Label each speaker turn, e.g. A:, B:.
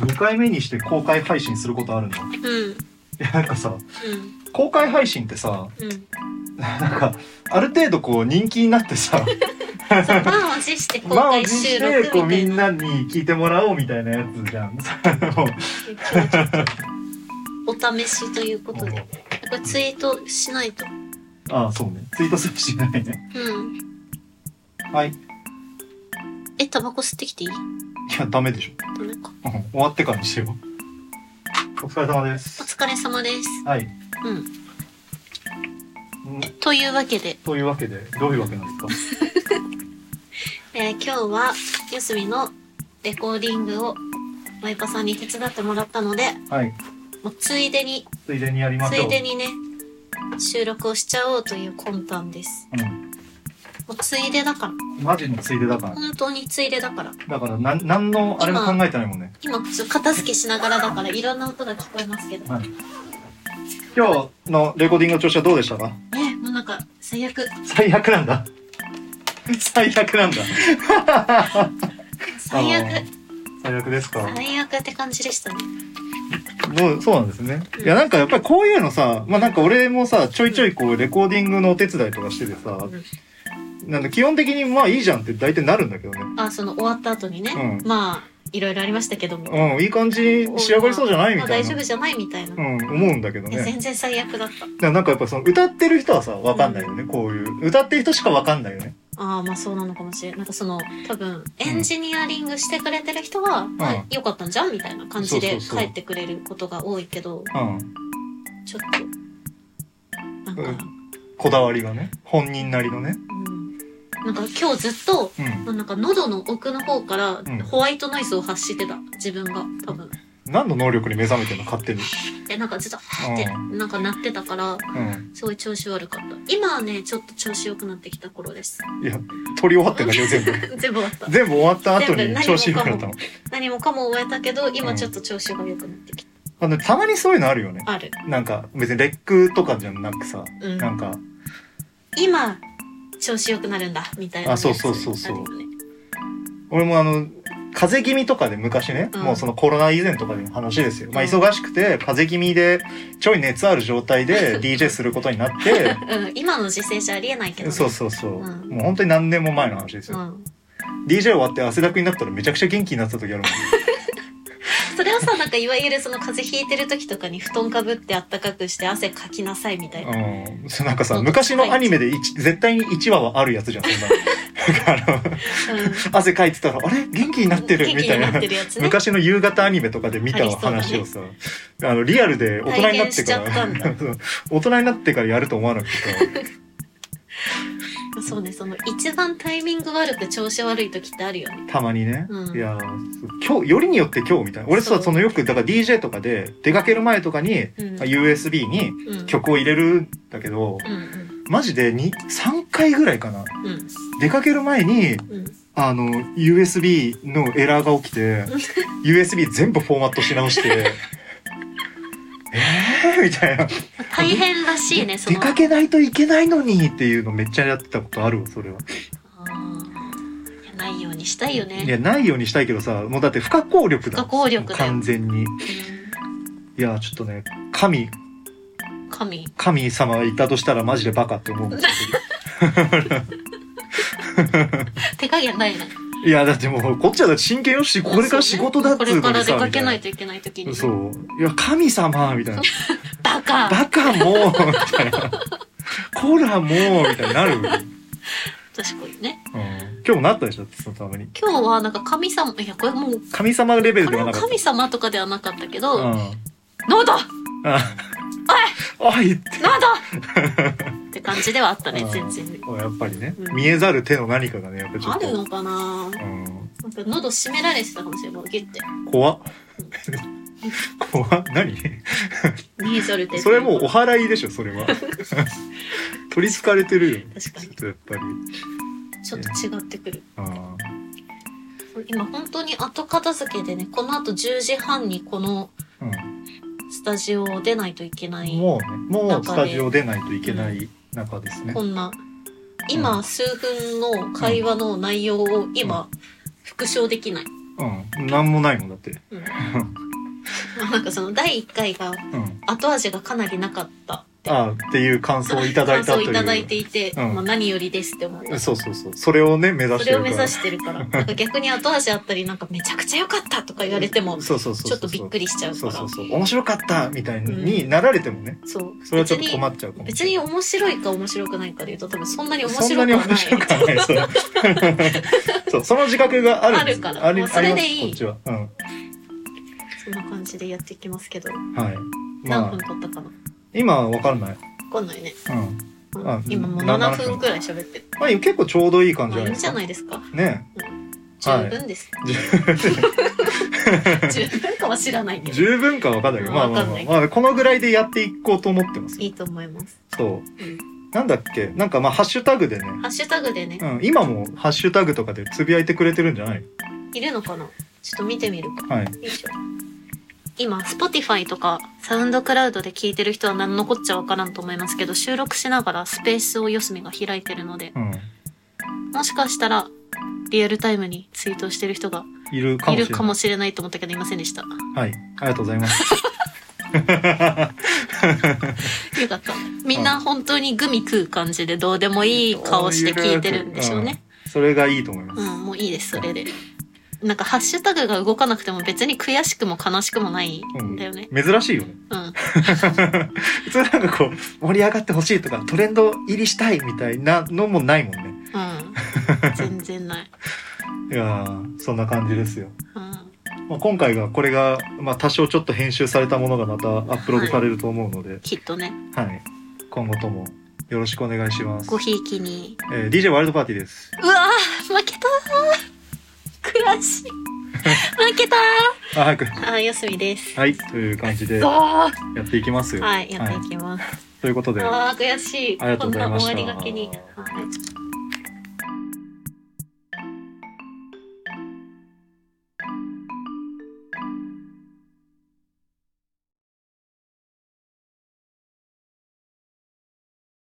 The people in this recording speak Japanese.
A: 2回目にして公開配信することあるのい
B: うん
A: やなんかさ公開配信ってさ
B: うんうん
A: なんかある程度こう人気になってさ
B: 満を持して公
A: 満を
B: 開
A: 持
B: 収
A: してこ
B: 録
A: う
B: み
A: み
B: たい
A: んな
B: な
A: に聞いてもらおうみたいなやつじゃん。 もう
B: お試しということでこれツイートしないと
A: ああそうねツイートするしないね。
B: うん
A: はい
B: えタバコ吸ってきていい
A: いやダメでしょ。
B: ダメか
A: うん終わってからにしてよ。お疲れ様で
B: お
A: す。
B: 疲れ様です
A: はい。
B: うん
A: ん
B: というわけで、
A: というわけでどういうわけなんです
B: えー今日はよすみのレコーディングをマイパさんに手伝ってもらったので
A: か。はい。
B: もうついでに
A: ついでにやりま
B: つ
A: しょう。
B: いでにね収録をしちゃおうという魂胆ですもうついでだから
A: うん。マジのついでだから。
B: 本当についでだから
A: だからなんなんのあれも考えてないもんね。
B: 今ちょっと片付けしながらだからいろんな音が聞こえますけどね
A: はい。今日のレコーディングの調子はどうでしたか。
B: もうなんか最悪
A: 最悪なんだ。最悪なんだ。あ
B: 最悪
A: ー。最悪ですか。
B: 最悪って感じでしたね
A: もうそうなんですね。いやなんかやっぱりこういうのさ、まあなんか俺もさちょいちょいこうレコーディングのお手伝いとかしててさ、なんで基本的にまあいいじゃんって大体なるんだけどね。
B: あその終わった後にね、
A: うん
B: まあいろいろありましたけども、
A: うん、いい感じに仕上がりそうじゃないみ
B: まあ
A: たい
B: 大
A: な
B: 丈夫。じゃないみたいな、
A: うん、思うんだけど
B: いや
A: ね。
B: 全然最悪だった
A: だからなんかやっぱその歌ってる人はさ、わかんないよね、こういう。歌ってる人しかわかんないよね。
B: ああまあそうなのかもしれないなんかその多分エンジニアリングしてくれてる人は、まあ、よかったんじゃんみたいな感じ
A: そ
B: で
A: うそうそう
B: 帰ってくれることが多いけど
A: うん。
B: ちょっとなんか、
A: こだわりがね。本人なりのね。
B: うん、なんか今日ずっと
A: うん。
B: なんか喉の奥の方から
A: ん
B: ホワイトノイズを発してた自分が多分
A: 何の能力に目覚めてるの勝手に。
B: でなんかずっと「って
A: う
B: なんか鳴ってたから
A: うん。
B: すごい調子悪かった今はねちょっと調子良くなってきた頃です
A: いや、取り終わってんだけど全部。
B: 全部終わった
A: 全部終わった後
B: 全
A: に
B: 部
A: 調子良くなった
B: 何
A: の
B: も。何もかも終えたけど
A: う
B: 今
A: ん
B: ちょっと調子が良くなってきた
A: あの、たまにそういうのあるよね。
B: ある
A: なんか、別にレックとかじゃなくさ、
B: うん
A: なんか、
B: 今調子良くなるんだみたいなやつ
A: あそうそうそうそう
B: あるよね
A: 俺もあの、風邪気味とかで昔ね、
B: うん
A: もうそのコロナ以前とかでの話ですよ。まあ
B: うん
A: 忙しくて、風邪気味で、ちょい熱ある状態 で DJ することになって、
B: うん、今の時勢じゃありえないけどね、
A: そうそうそう。
B: うん
A: もう本当に何年も前の話です
B: う
A: よ。
B: ん、
A: DJ 終わって汗だくになったらめちゃくちゃ元気になってた時あるもん。
B: それはさなんかいわゆるその風邪ひいてる時とかに布団かぶってあったかくして汗かきなさいみたいな、
A: うん、そうなんかさ、昔のアニメで一絶対に1話はあるやつじゃん、そんなの。なん かあの、
B: う
A: 汗かいてたら、あれ元気 になってる
B: 元
A: み
B: 気
A: たい
B: に
A: な
B: なっ。てるやつね
A: 昔の夕方アニメとかで見
B: あ
A: た
B: りそうだね
A: 話をさ、あの、リアルで大人になってか
B: 体験しちゃ
A: ら、 そう大人になってからやると思わなくてさ、
B: そうねその一番タイミング悪く調子悪い時ってあるよね
A: たまにね。
B: うん
A: いや、今日、よりによって今日みたいな。俺
B: そ
A: さ、
B: う
A: そのよく、だから DJ とかで出かける前とかに、
B: うん、
A: USB に
B: うん、
A: 曲を入れるんだけど、
B: うんうん
A: マジで2、3回ぐらいかな。
B: うん
A: 出かける前に、
B: うん
A: あの、USB のエラーが起き て、USB 全部フォーマットし直して、えーみたいな。
B: 大変らしいねそ
A: 出
B: の
A: かけないといけないのにっていうのめっちゃやってたことあるわそれは、
B: あーいやないようにしたいよね
A: いやないようにしたいけどさもうだって不可抗力だ
B: 不可抗力だよ
A: 完全にいやちょっとね神
B: うん神
A: 神様がいたとしたらマジでバカって思うんです
B: 手加減ない
A: け
B: ね
A: どいやだってもうこっちはだって真剣よしこれから仕事だっ
B: こ
A: つう
B: れ
A: の
B: か
A: に
B: ら出
A: さ
B: か
A: みた
B: け
A: い
B: な
A: ない
B: といけない時に
A: そういや神様みたいな
B: バカ
A: バカもうみたいなこらもうみたいになる、うん、
B: 確かにね
A: 今日もなったでしょそのたまに
B: 今日はなんか神様いやこれもう
A: 神様レベルで
B: これ
A: は
B: は
A: なかった
B: 神様とかではなかったけ
A: う
B: ど、
A: ん
B: なんだ
A: あおいって
B: な んだって感じではあったね
A: うん
B: 全然
A: やっぱりね、
B: うん
A: 見えざる手の何かがねやっぱりちょ
B: あ
A: っと
B: るのかな
A: うん、
B: なんか喉締められてたかもしれないギュッて
A: 怖っ怖っ何
B: 見えざる手
A: それもうお祓いでしょそれは取り憑かれてるよ
B: 確か
A: ちょ
B: に
A: っとやっぱり
B: ちょっと違ってくる
A: あ
B: 今本当に後片付けでねこのあと10時半にこの
A: ー、う
B: スタジオを出ないといけない
A: ん、もうねもうスタジオ出ないといけな
B: 中
A: い中ですね
B: こんな今数分の会話の内容を今復唱できない
A: うん。なんもないもんだって。
B: うんまあなんかその第1回が
A: うん。
B: 後味がかなりなかった
A: ああ、っていう感想をいただいたと
B: 感
A: い
B: 想
A: う。
B: をいただいていて、
A: うん
B: まあ、何よりですって思う
A: そうそうそう。それをね、目指し
B: そ
A: て
B: れ
A: るから。
B: を目指してるからなんか逆に後味あったりなんかめちゃくちゃ良かったとか言われても
A: そうそうそうそう。
B: ちょっとびっくりしちゃうか
A: そう
B: ら
A: そ
B: そう
A: うそう。面白かったみたいになられてもね。それはちょっと困っちゃうかも。
B: 別に面白いか面白くないかで言うと多分そんなに面
A: そん
B: 白
A: なに
B: くはな
A: 面
B: い
A: 白くはない。そうそう、その自覚があるんです。
B: あるからもうそれでいい
A: ありますこっちは。
B: そんな感じでやっていきますけど、
A: うん。はい。
B: 何
A: ま
B: 分
A: あ、
B: 撮ったかな
A: 今はわかんない。
B: わかんないね、
A: うん。
B: うん
A: あ
B: 今もう
A: な
B: 7分くらい喋ってる
A: まあ、結構ちょうどいい感じ
B: ま
A: じ
B: あ
A: ゃ
B: い
A: ない
B: い
A: で
B: じ
A: す
B: ゃ
A: か。
B: ないですか
A: ね
B: 十分です、十分かは知らないけど
A: 十分かわかんないけど、
B: うん
A: まあまあ
B: わかん
A: ま
B: な
A: あ、
B: い
A: まあ、このぐらいでやっていこうと思ってます。
B: いいと思います
A: そう
B: うん。
A: なんだっけなんかまあ、ハッシュタグでね。
B: ハッシュタグでね
A: うん、今もハッシュタグとかでつぶやいてくれてるんじゃない
B: いるのかなちょっと見てみるか
A: はい。
B: よいしょ今 Spotify とかサウンドクラウドで聞いてる人は何のこっちゃわからんと思いますけど収録しながらスペースをよすみが開いてるので
A: うん。
B: もしかしたらリアルタイムにツイートしてる人が
A: いるかも
B: い
A: しれ
B: る
A: ない。
B: かもしれないと思ったけどいませんでした
A: はい。ありがとうございます。
B: よかった。みんな本当にグミ食う感じでどうでもいい顔して聞いてるんでしょうね。
A: うん。それがいいと思います。
B: うん、もういいです、それで。なんかハッシュタグが動かなくても別に悔しくも悲しくもないんだよね。
A: 珍しいよね。
B: うん。
A: 普通なんかこう、盛り上がってほしいとか、トレンド入りしたいみたいなのもないもんね。
B: うん。全然ない。
A: いやー、そんな感じですよ。
B: うん。
A: まあ、今回が、これが、まあ多少ちょっと編集されたものがまたアップロードされると思うので、
B: きっとね、
A: はい。今後ともよろしくお願いします
B: ご。ひいきに。
A: えー DJ ワイルドパーティーです。
B: うわー負けたー悔しい。負けた
A: あ、早く。
B: ーあー、よすみ です。
A: はい。という感じでや
B: あ
A: っていきます
B: ー
A: よ。
B: はい、やっていきます。
A: ということで、
B: あー悔しい。
A: ありがと
B: こ
A: うんござい
B: な
A: まし
B: 終
A: た
B: わりがけに。はい